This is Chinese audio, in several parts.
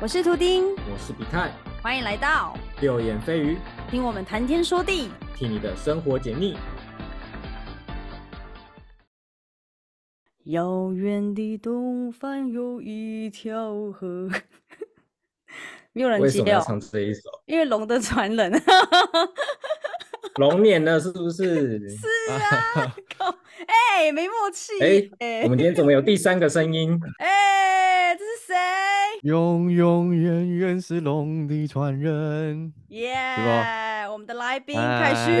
我是图丁，我是比泰，欢迎来到六眼飞鱼，听我们谈天说地。替你的生活解腻。遥远的东方有一条 河，没有人为接什么要哦，唱这一首？ 因为龙的传人。 龙年了是不是？ 是。啊靠哎、没默契耶。我们今天怎么有第三个声音？哎、这是谁？永永远远是龙的传人，耶、吧我们的来宾凯嗨勋。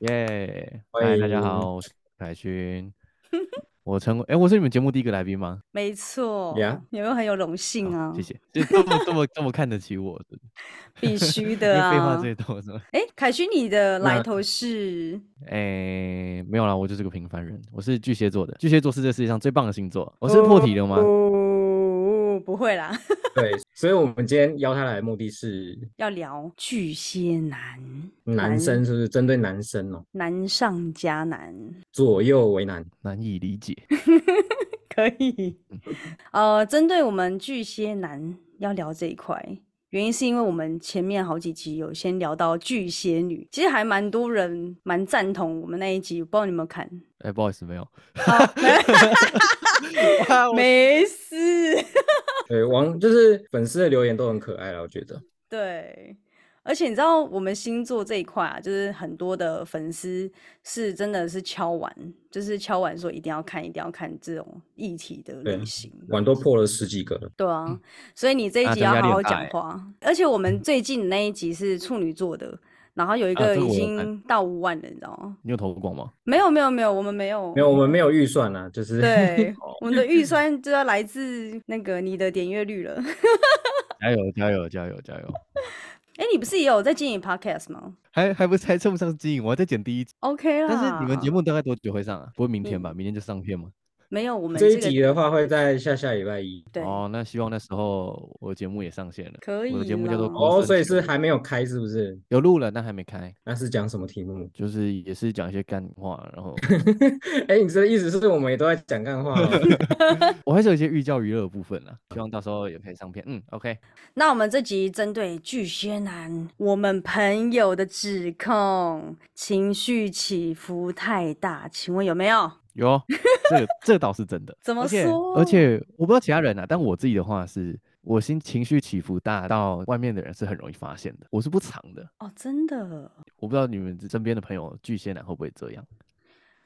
耶！欢嗨，大迎家好，我是凯勋，我成为哎，我是你们节目第一个来宾吗？没错呀有没有很有荣幸好啊？谢谢，就这么这么这么看得起我，必须 因的为废话啊。最多是吧？哎、凯勋，你的那来头是哎，没有啦，我就是个平凡人，我是巨蟹座的，巨蟹座是这世界上最棒的星座，哦我是破题了吗？哦不不会啦，对，所以我们今天邀他来的目的是要聊巨蟹男，男生，是不是？针对男生哦，难上加难，左右为难。难以理解，可以。嗯 呃，针对我们巨蟹男要聊这一块，原因是因为我们前面好几集有先聊到巨蟹女，其实还蛮多人蛮赞同我们那一集，不知道你有没有看？哎，不好意思，没有，哦 没事。对，王就是粉丝的留言都很可爱了，我觉得。对，而且你知道我们星座这一块啊，就是很多的粉丝是真的是敲完，就是敲完说一定要看，一定要看这种议题的类对型。碗都破了十几个了，对啊，所以你这一啊集真要的压力好好很大讲欸嗯话。而且我们最近那一集是处女座的，然后有一啊个这个已我有看经到五万了，你知道吗？ 你有投过吗？没有没有没有，我们没有没有，我们没有预算啊，就是。 对，我们的哦预算就要来自那个你的点阅率了。 加油，加油，加油，加油！哎，你不是也有在经营 podcast 吗还还不是还称不上经营，我还在剪第一集。 ？OK 啦，但是你们节目大概多久会上啊？不会明天嗯吧？明天就上片吗？没有我们这一个集的话会在下下礼拜一。对哦，那希望那时候我节目也上线了，可以我的节目叫做啦公哦，司所以是还没有开，是不是？有录了，但还没开，那是讲什么题目？ 就是也是讲一些干话， 然后哎、你这个意思是我们也都在讲干话、哦？我还是有一些寓教于乐的部分啦，希望到时候也可以上片。嗯，OK，那我们这集针对巨蟹男，我们朋友的指控，情绪起伏太大，请问有没有？有哦 这个这个倒是真的。怎么而且说而且我不知道其他人啊，但我自己的话是，我心情绪起伏大到外面的人是很容易发现的，我是不藏的。哦，真的，我不知道你们身边的朋友巨蟹男会不会这样？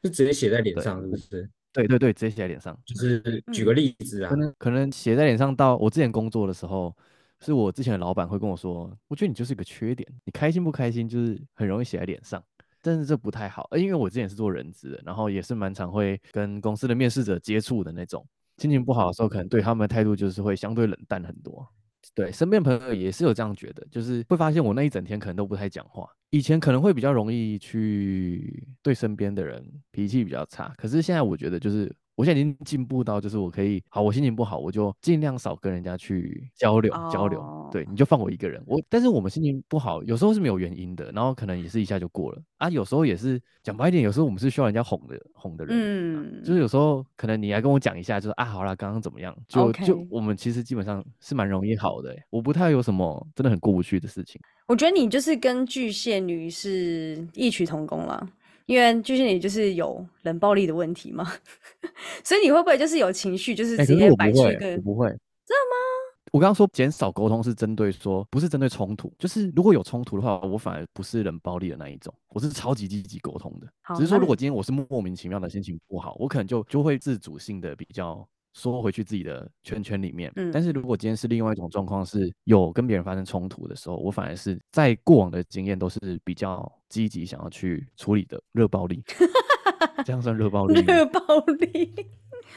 就直接写在脸对上，是不是？对对对，直接写在脸上。就是嗯举个例子啊可，能可能写在脸上到我之前工作的时候，是我之前的老板会跟我说，我觉得你就是个缺点，你开心不开心就是很容易写在脸上，但是这不太好，呃因为我之前是做人资的，然后也是蛮常会跟公司的面试者接触的那种，心情不好的时候，可能对他们的态度就是会相对冷淡很多。对，身边朋友也是有这样觉得，就是会发现我那一整天可能都不太讲话。以前可能会比较容易去对身边的人脾气比较差，可是现在我觉得就是我现在已经进步到，就是我可以，好，我心情不好，我就尽量少跟人家去交流交流。对，你就放我一个人。我但是我们心情不好，有时候是没有原因的，然后可能也是一下就过了啊。有时候也是讲白一点，有时候我们是需要人家哄的哄的人。啊嗯，就是有时候可能你来跟我讲一下，就是啊，好啦，刚刚怎么样？就就 OK 我们其实基本上是蛮容易好的欸、我不太有什么真的很过不去的事情。我觉得你就是跟巨蟹女是异曲同工啦，因为巨蟹女就是有冷暴力的问题嘛， 所以你会不会就是有情绪，就是哎、直可是接我摆不出会一欸，个我不会，真的吗？我刚刚说减少沟通是针对说，不是针对冲突，就是如果有冲突的话，我反而不是冷暴力的那一种，我是超级积极沟通的。好啊只是那说，你如果今天我是莫名其妙的心情不好，我可能就就会自主性的比较缩回去自己的圈圈里面。嗯但是如果今天是另外一种状况，是有跟别人发生冲突的时候，我反而是在过往的经验都是比较积极想要去处理的热暴力，这样算热暴力吗？ 热暴力？嗯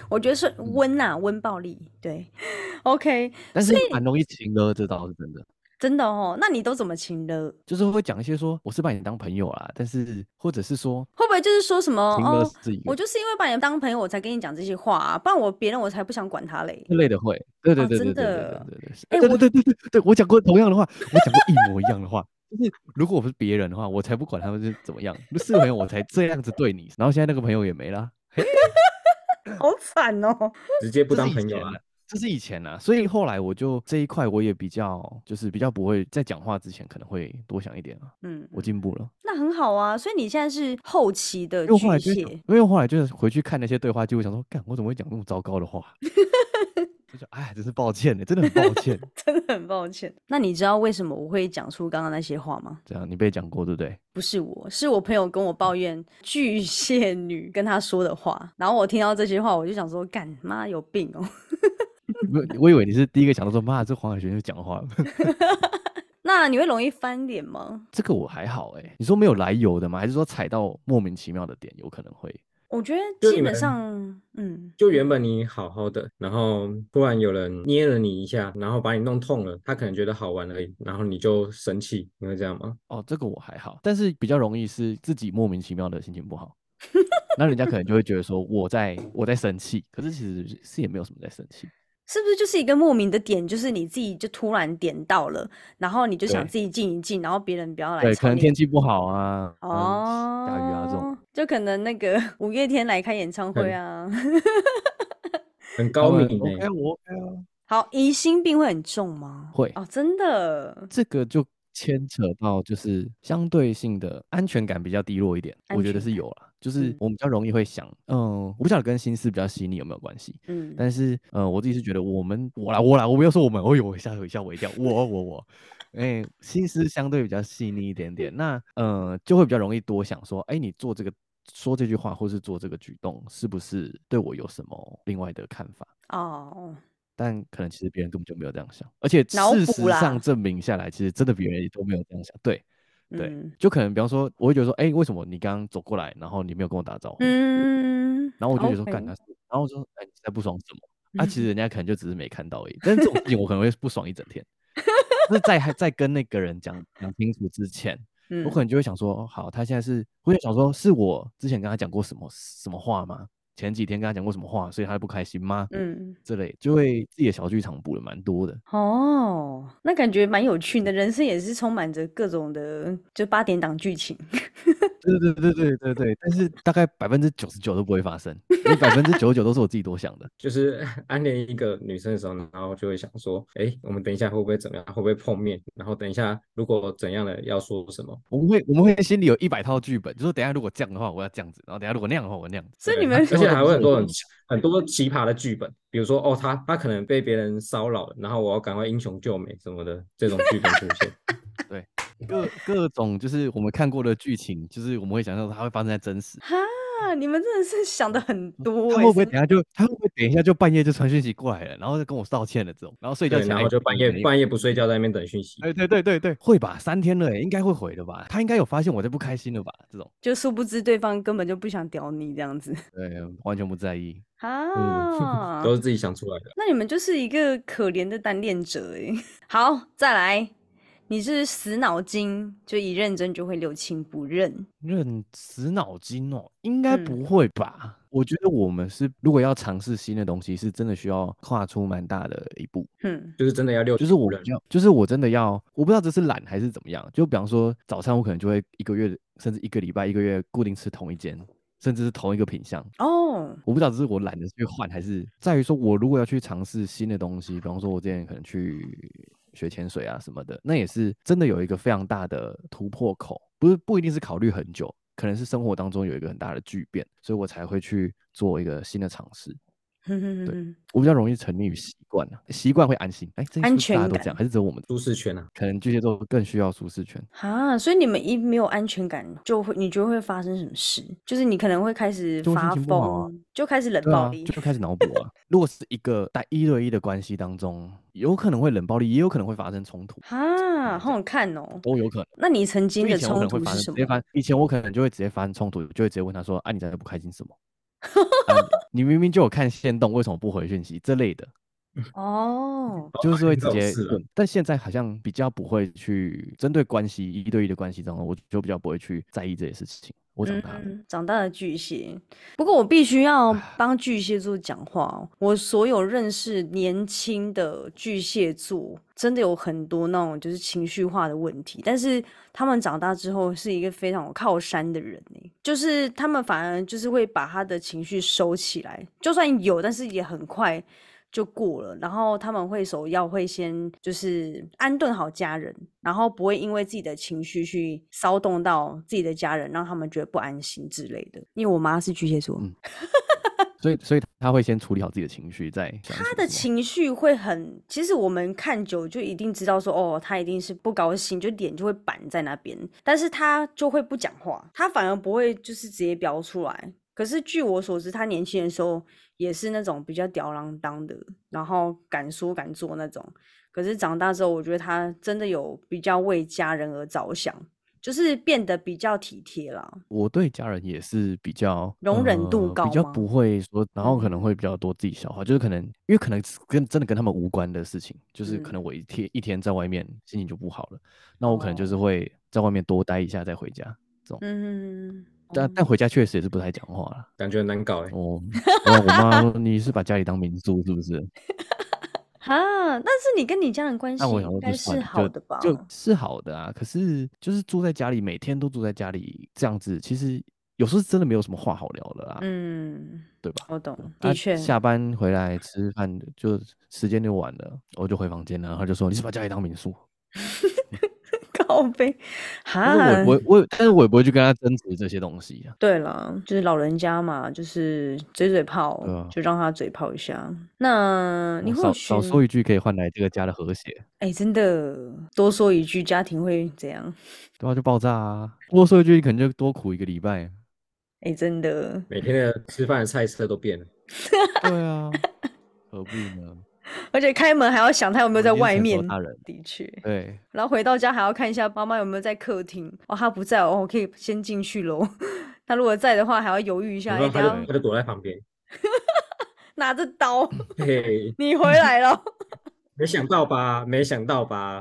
我觉得是温呐、温暴力。对嗯，OK，但是蛮容易情勒，这倒是真的。真的哦，那你都怎么情的？就是会讲一些说我是把你当朋友啦，但是或者是说会不会就是说什么情勒哦？是一个、我就是因为把你当朋友，我才跟你讲这些话、啊，不然我别人我才不想管他嘞。之类的会，对对哦对真对对对的对对对，哎对我对对对对对，我讲过同样的话，我讲过一模一样的话。就是如果我是别人的话，我才不管他们是怎么样，是朋友我才这样子对你。然后现在那个朋友也没啦， 好惨哦！直接不这是当以朋友前啊的。这是以前啊，所以后来我就这一块我也比较就是比较不会在讲话之前可能会多想一点啊，嗯，我进步了。那很好啊。所以你现在是后期的因为我后来巨就会想蟹，因为我后来就是回去看那些对话记录，想说，干我怎么会讲那么糟糕 的话？就觉得哎，真是抱歉呢，真的很抱歉。真的很抱歉。那你知道为什么我会讲出刚刚那些话吗？这样你被讲过对不对？不是我，是我朋友跟我抱怨巨蟹女跟他说的话，然后我听到这些话，我就想说，干妈有病哦。 不我以为你是第一个想到说，妈，这黄海泉又讲话了。 那你会容易翻脸吗？这个我还好哎、你说没有来由的吗？还是说踩到莫名其妙的点，有可能会？我觉得就基你本们上，嗯，就原本你好好的，然后突然有人捏了你一下，然后把你弄痛了，他可能觉得好玩而已，然后你就生气，你会这样吗？哦，这个我还好，但是比较容易是自己莫名其妙的心情 不好，那人家可能就会觉得说我在我在生气，可是其实是也没有什么在生气。是不是就是一个莫名的点，就是你自己就突然点到了，然后你就想对自己静一静，然后别人不要来对，可吵能你。天气不好啊，嗯哦，下雨啊这种。，就可能那个五月天来开演唱会啊。 很高欸明呢、 OK，我 OK 啊。好，疑心病会很重吗？会哦，真的，这个就牵扯到就是相对性的安全感比较低落一点，安我觉得全是感有啦。就是嗯我比较容易会想，嗯，我不晓得跟心思比较细腻有没有关系，嗯，但是呃，我自己是觉得我们我啦我啦，我没有说我们，哦呦，吓我一下我一跳，我我我，哎、心思相对比较细腻一点点，那呃就会比较容易多想说，哎、你做这个说这句话或是做这个举动，是不是对我有什么另外的看法？哦，但可能其实别人根本就没有这样想，而且脑事补实啦上证明下来，其实真的别人也都没有这样想。对，对嗯就可能比方说，我会觉得说，哎、为什么你刚刚走过来，然后你没有跟我打招呼？嗯，然后我就觉得说，干 OK 嗯他，然后我说，哎、你在不爽什么？啊，其实人家可能就只是没看到而已。但是这种事情我可能会不爽一整天。就是在还在跟那个人讲讲清楚之前，我可嗯能就会想说，哦好，他现在是，我就想说，是我之前跟他讲过什么什么话吗？前几天跟他讲过什么话，所以他不开心吗？嗯，这类就会自己的小剧场补的蛮多的。哦，那感觉蛮有趣的，人生也是充满着各种的，就八点档剧情。 对对对对对对，但是大概百分之九十九都不会发生，因为百分之九十九都是我自己多想的。就是 暗恋一个女生的时候，然后就会想说，哎，我们等一下会不会怎么样？会不会碰面？然后等一下如果怎样了，要说什么？我们会我们会心里有一百套剧本，就说等一下如果这样的话，我要这样子；然后等一下如果那样的话，我那样子。所以对你他们而且还会很多最后都很不是很多奇葩的剧本，比如说哦，他他可能被别人骚扰了，然后我要赶快英雄救美什么的，这种剧本出现。各各种就是我们看过的剧情，就是我们会想象它会发生在真实。哈，你们真的是想的很多他欸会不会真等一下就他会不会等一下就半夜就传讯息过来了，然后就跟我道歉了这种，然后睡觉对，起来然后就半夜没有半夜不睡觉在那边等讯息。对对对对对，会吧？三天了欸，应该会回的吧？他应该有发现我在不开心了吧？这种就殊不知对方根本就不想屌你这样子对，完全不在意。 啊。都是自己想出来的。那你们就是一个可怜的单恋者哎。 好，再来，你是死脑筋，就一认真就会六亲不认。认死脑筋哦，应该嗯不会吧？我觉得我们是如果要尝试新的东西，是真的需要跨出蛮大的一步。哼，就是真的要六，就是我人比较，就是我真的要，我不知道这是懒还是怎么样。就比方说早餐，我可能就会一个月甚至一个礼拜、一个月固定吃同一间，甚至是同一个品相。哦，我不知道这是我懒得去换，还是在于说我如果要去尝试新的东西，比方说我之前可能去学潜水啊什么的，那也是真的有一个非常大的突破口，不是不一定是考虑很久，可能是生活当中有一个很大的巨变，所以我才会去做一个新的尝试。哼哼哼哼我比较容易沉溺于习惯啊，习惯会安心。哎，这是安不是大家全都这感样，嗯还是只有我们？舒适圈啊，可能巨蟹座更需要舒适圈。啊，所以你们一没有安全感，就会你觉得会发生什么事？就是你可能会开始就会心发情不好啊疯，就开始冷对暴啊，力。就开始脑补啊。如果是一个在一对一的关系当中，有可能会冷暴力，也有可能会发生冲突，哈，样好想看哦。都有可能。那你曾经嗯就以的前我可冲能会突发是生什直么接？发，以前我可能就会直接发生冲突，就会直接问他说：“啊，你在这不开心什么？ 啊你明明就有看线动，为什么不回讯息？”这类的，哦，就是会这直种接事啊问。但现在好像比较不会去针对关系一对一的关系当中，我就比较不会去在意这些事情。我长大了，嗯，长大的巨蟹。不过我必须要帮巨蟹座讲话哦，我所有认识年轻的巨蟹座，真的有很多那种就是情绪化的问题，但是他们长大之后是一个非常有靠山的人呢，就是他们反而就是会把他的情绪收起来，就算有，但是也很快。就过了，然后他们会首要会先就是安顿好家人，然后不会因为自己的情绪去骚动到自己的家人，让他们觉得不安心之类的。因为我妈是巨蟹座，嗯所以所以他会先处理好自己的情绪，再想他什的么情绪会很，其实我们看久就一定知道说，哦，他一定是不高兴，就脸就会板在那边，但是他就会不讲话，他反而不会就是直接飙出来。可是据我所知，他年轻的时候也是那种比较吊儿郎当的，然后敢说敢做那种。可是长大之后，我觉得他真的有比较为家人而着想，就是变得比较体贴啦。我对家人也是比较容忍度呃高比较吗不会说，然后可嗯能会比较多自己消化，就是可能因为可能是跟真的跟他们无关的事情，就是嗯可能我一天一天在外面心情就不好了，那我可能就哦是会在外面多待一下再回家，嗯，但啊但哦回家确实也是不太讲话了。感觉很难搞哎、 我我我妈说你是把家里当民宿是不是？哈，但是你跟你家人关系那我想应说就该算是了，好就的吧？就是好的啊。可是就是住在家里，每天都住在家里这样子，其实有时候真的没有什么话好聊了啊，嗯，对吧？我懂，啊的确，下班回来吃饭就时间就晚了，我就回房间了，然后就说你是把家里当民宿。靠背，但是哈我，也不会，我也但是我也不会去跟他争执这些东西啊。对了，就是老人家嘛，就是嘴嘴炮对啊，就让他嘴炮一下。那啊你我或少许少，说一句可以换来这个家的和谐，哎，真的多说一句，家庭会怎样？对啊，就爆炸啊！多说一句，可能就多苦一个礼拜。哎，真的，每天的吃饭的菜色都变了，对啊，何必呢？而且开门还要想他有没有在我已外经成熟面。大人的确，对，然后回到家还要看一下妈妈有没有在客厅。哦，她不在哦，我可以先进去 喽。她如果在的话，还要犹豫一下，然啊一后定他要就他就躲在旁边，拿着刀。 嘿，你回来了，没想到吧，没想到吧，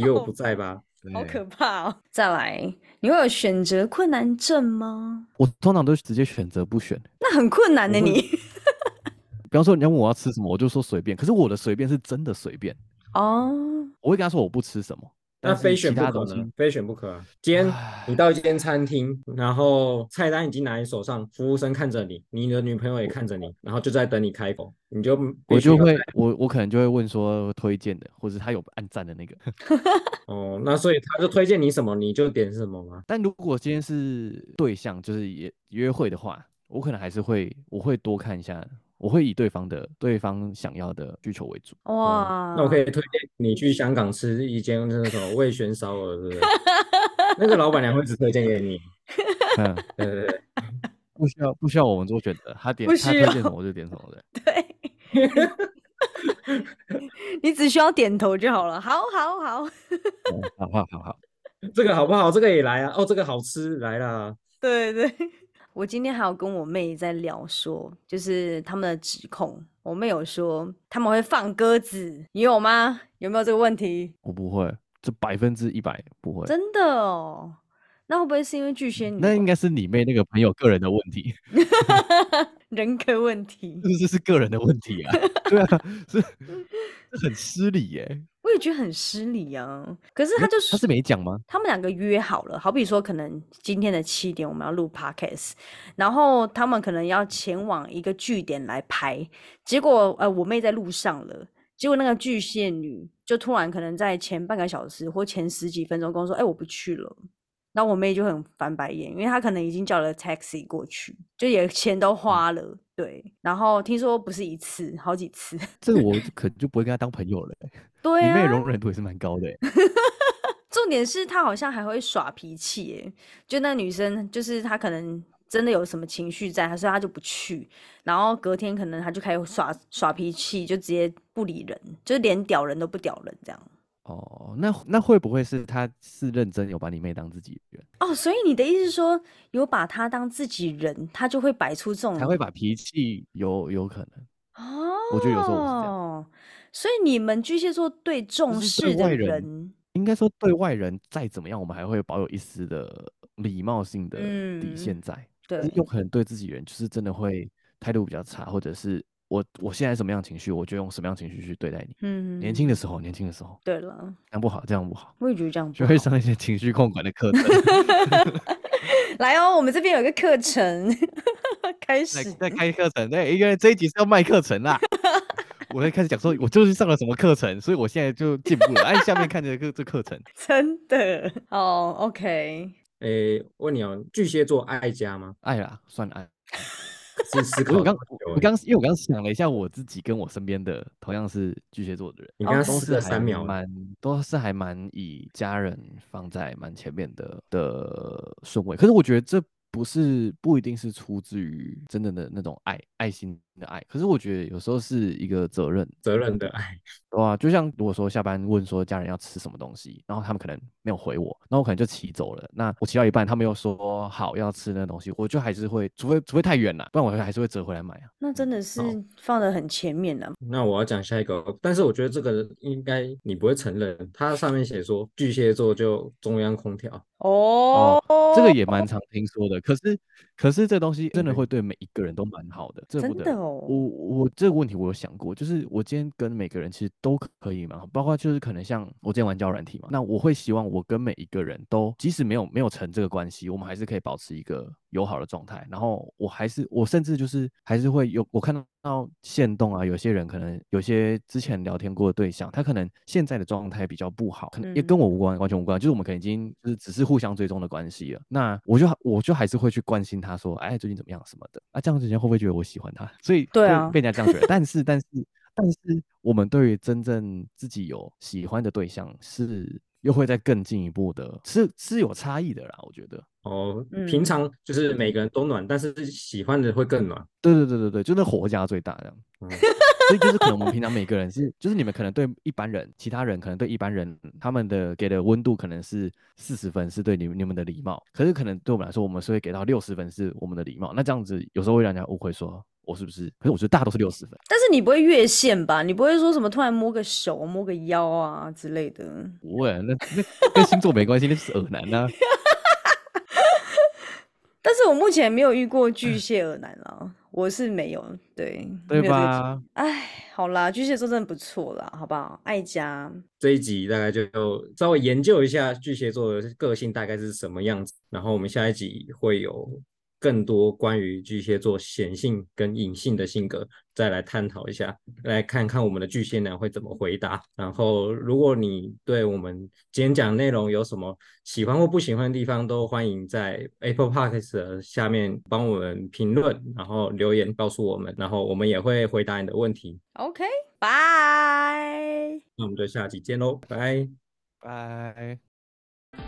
以为我不 在吧？ 好对可怕哦！再来，你会有选择困难症吗？嗯我通常都是直接选择不选。那很困难的我会你 比方说，人家问我要吃什么，我就说随便。可是我的随便是真的随便，哦。我会跟他说我不吃什么，那但是非其选不他可东西呢？非选不可啊！今天你到一间餐厅，然后菜单已经拿在手上，服务生看着你，你的女朋友也看着你，然后就在等你开口，你就我必须要就会在我我可能就会问说推荐的，或者他有按赞的那个。哦，那所以他就推荐你什么，你就点什么吗？但如果今天是对象，就是也约会的话，我可能还是会我会多看一下，我会以对方的对方想要的需求为 主。哇，那我可以推荐你去香港吃一间那个什么味全烧鹅，对不对？那个老板娘会只推荐给你，嗯，对对对，不需要不需要我们做选择，他点不他需推要荐什么我就点什么 的。对，你只需要点头就好了。好，好，好， 嗯好好好好，这个好不好？这个也来啊，哦，这个好吃，来啦。对对。我今天还有跟我妹在聊说，就是他们的指控。我妹有说他们会放鸽子，你有吗？有没有这个问题？我不会，这百分之一百不会。真的哦，那会不会是因为巨蟹女那应啊该是你妹那个朋友个人的问题， 人格问题？这这是个人的问题 啊，对啊， 是这很失礼耶。我也觉得很失礼啊。可是他没就他是没讲吗？他们两个约好了，好比说，可能今天的七点我们要录 podcast，然后他们可能要前往一个据点来拍，结果呃，我妹在路上了，结果那个巨蟹女就突然可能在前半个小时或前十几分钟跟我说：“哎、我不去了。”然后我妹就很翻白眼，因为她可能已经叫了 taxi 过去，就也钱都花了，对。然后听说不是一次，好几次， 这个我就可就不会跟他当朋友了耶。对你啊。妹容忍度也是蛮高的欸耶，重点是他好像还会耍脾气，耶，就那女生就是她可能真的有什么情绪在，所以她就不去，然后隔天可能她就开始耍耍脾气，就直接不理人，就连屌人都不屌人这样。哦，那那会不会是他是认真有把你妹当自己人，哦，所以你的意思是说，有把她当自己人，她就会摆出这种才会把脾气有有可能？哦，我觉得有时候我是这样所以你们巨蟹座对重是对视的外人人，应该说对外人再怎么样，我们还会保有一丝的礼貌性的底线嗯在。对有可能对自己人就是真的会态度比较差，或者是我我现在什么样情绪，我就用什么样情绪去对待你。嗯，年轻的时候，年轻的时候对了，这样不好，这样不好，我也觉得这样不就会好上一些情绪控管的课程，来哦，我们这边有一个课程 开在始。在开课程，对，因为这一集是要卖课程啦。我在开始讲说，我就是上了什么课程，所以我现在就进步了。哎，下面看着课这课程， 真的哦，OK，诶，问你哦，巨蟹座爱家吗？爱啦，哎算爱。是思可是考我刚很久我欸刚因为我刚想了一下我自己跟我身边的同样是巨蟹座的人，你刚刚都试是了还三秒了，蛮都是还蛮以家人放在蛮前面的的顺位。可是我觉得这不是不一定是出自于真正的那种爱爱心的爱，可是我觉得有时候是一个责任，责任的爱，对啊，就像如果说下班问说家人要吃什么东西，然后他们可能没有回我，那我可能就骑走了。那我骑到一半，他们又说好要吃那个东西，我就还是会，除非除非太远了，不然我还是会折回来买啊。那真的是好放得很前面了、那我要讲下一个哦，但是我觉得这个应该你不会承认，它上面写说巨蟹座就中央空调，哦，这个也蛮常听说的，可是可是这东西真的对会对每一个人都蛮好的，这嗯真不的得。哦我我这个问题我有想过，就是我今天跟每个人其实都可以蛮好，包括就是可能像我之前玩交友软体嘛，那我会希望我跟每一个人都，即使没有没有成这个关系，我们还是可以保持一个友好的状态。然后我还是我甚至就是还是会有我看到线动啊，有些人可能有些之前聊天过的对象，他可能现在的状态比较不好，可能也嗯跟我无关，完全无关，就是我们可能已经就是只是互相追踪的关系了。那我就我就还是会去关心他说，哎，最近怎么样什么的。啊，这样子人家会不会觉得我喜欢他？所以对会啊被人家这样觉得。但是但是但是，我们对于真正自己有喜欢的对象是。又会再更进一步的，是是有差异的啦，我觉得。哦，嗯平常就是每个人都暖，但是喜欢的会更暖。对对对对对，就那火会加到最大这样。嗯所以就是可能我们平常每个人是，就是你们可能对一般人，其他人可能对一般人，他们的给的温度可能是四十分，是对你们你们的礼貌，可是可能对我们来说，我们是会给到六十分是我们的礼貌，那这样子有时候会让人家误会说我是不是？可是我觉得大家都是六十分，但是你不会越线吧？你不会说什么突然摸个手、摸个腰啊之类的？不会啊，那那跟星座没关系，那是耳男啊。但是我目前没有遇过巨蟹耳男啊，我是没有，对，对没有这个经吧？哎，好啦，巨蟹座真的不错啦，好不好？爱家，这一集大概就稍微研究一下巨蟹座的个性大概是什么样子，然后我们下一集会有更多关于巨蟹座显性跟隐性的性格，再来探讨一下，来看看我们的巨蟹男会怎么回答。然后，如果你对我们今天讲内容有什么喜欢或不喜欢的地方，都欢迎在 Apple Podcast 的下面帮我们评论，然后留言告诉我们，然后我们也会回答你的问题。 OK，拜。那我们就下集见喽，拜。拜。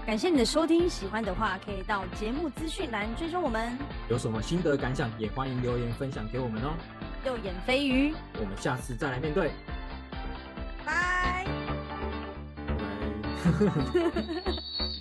感谢你的收听，喜欢的话可以到节目资讯栏追踪我们有什么心得感想，也欢迎留言分享给我们哦。六眼飞鱼，我们下次再来面对。拜。拜拜。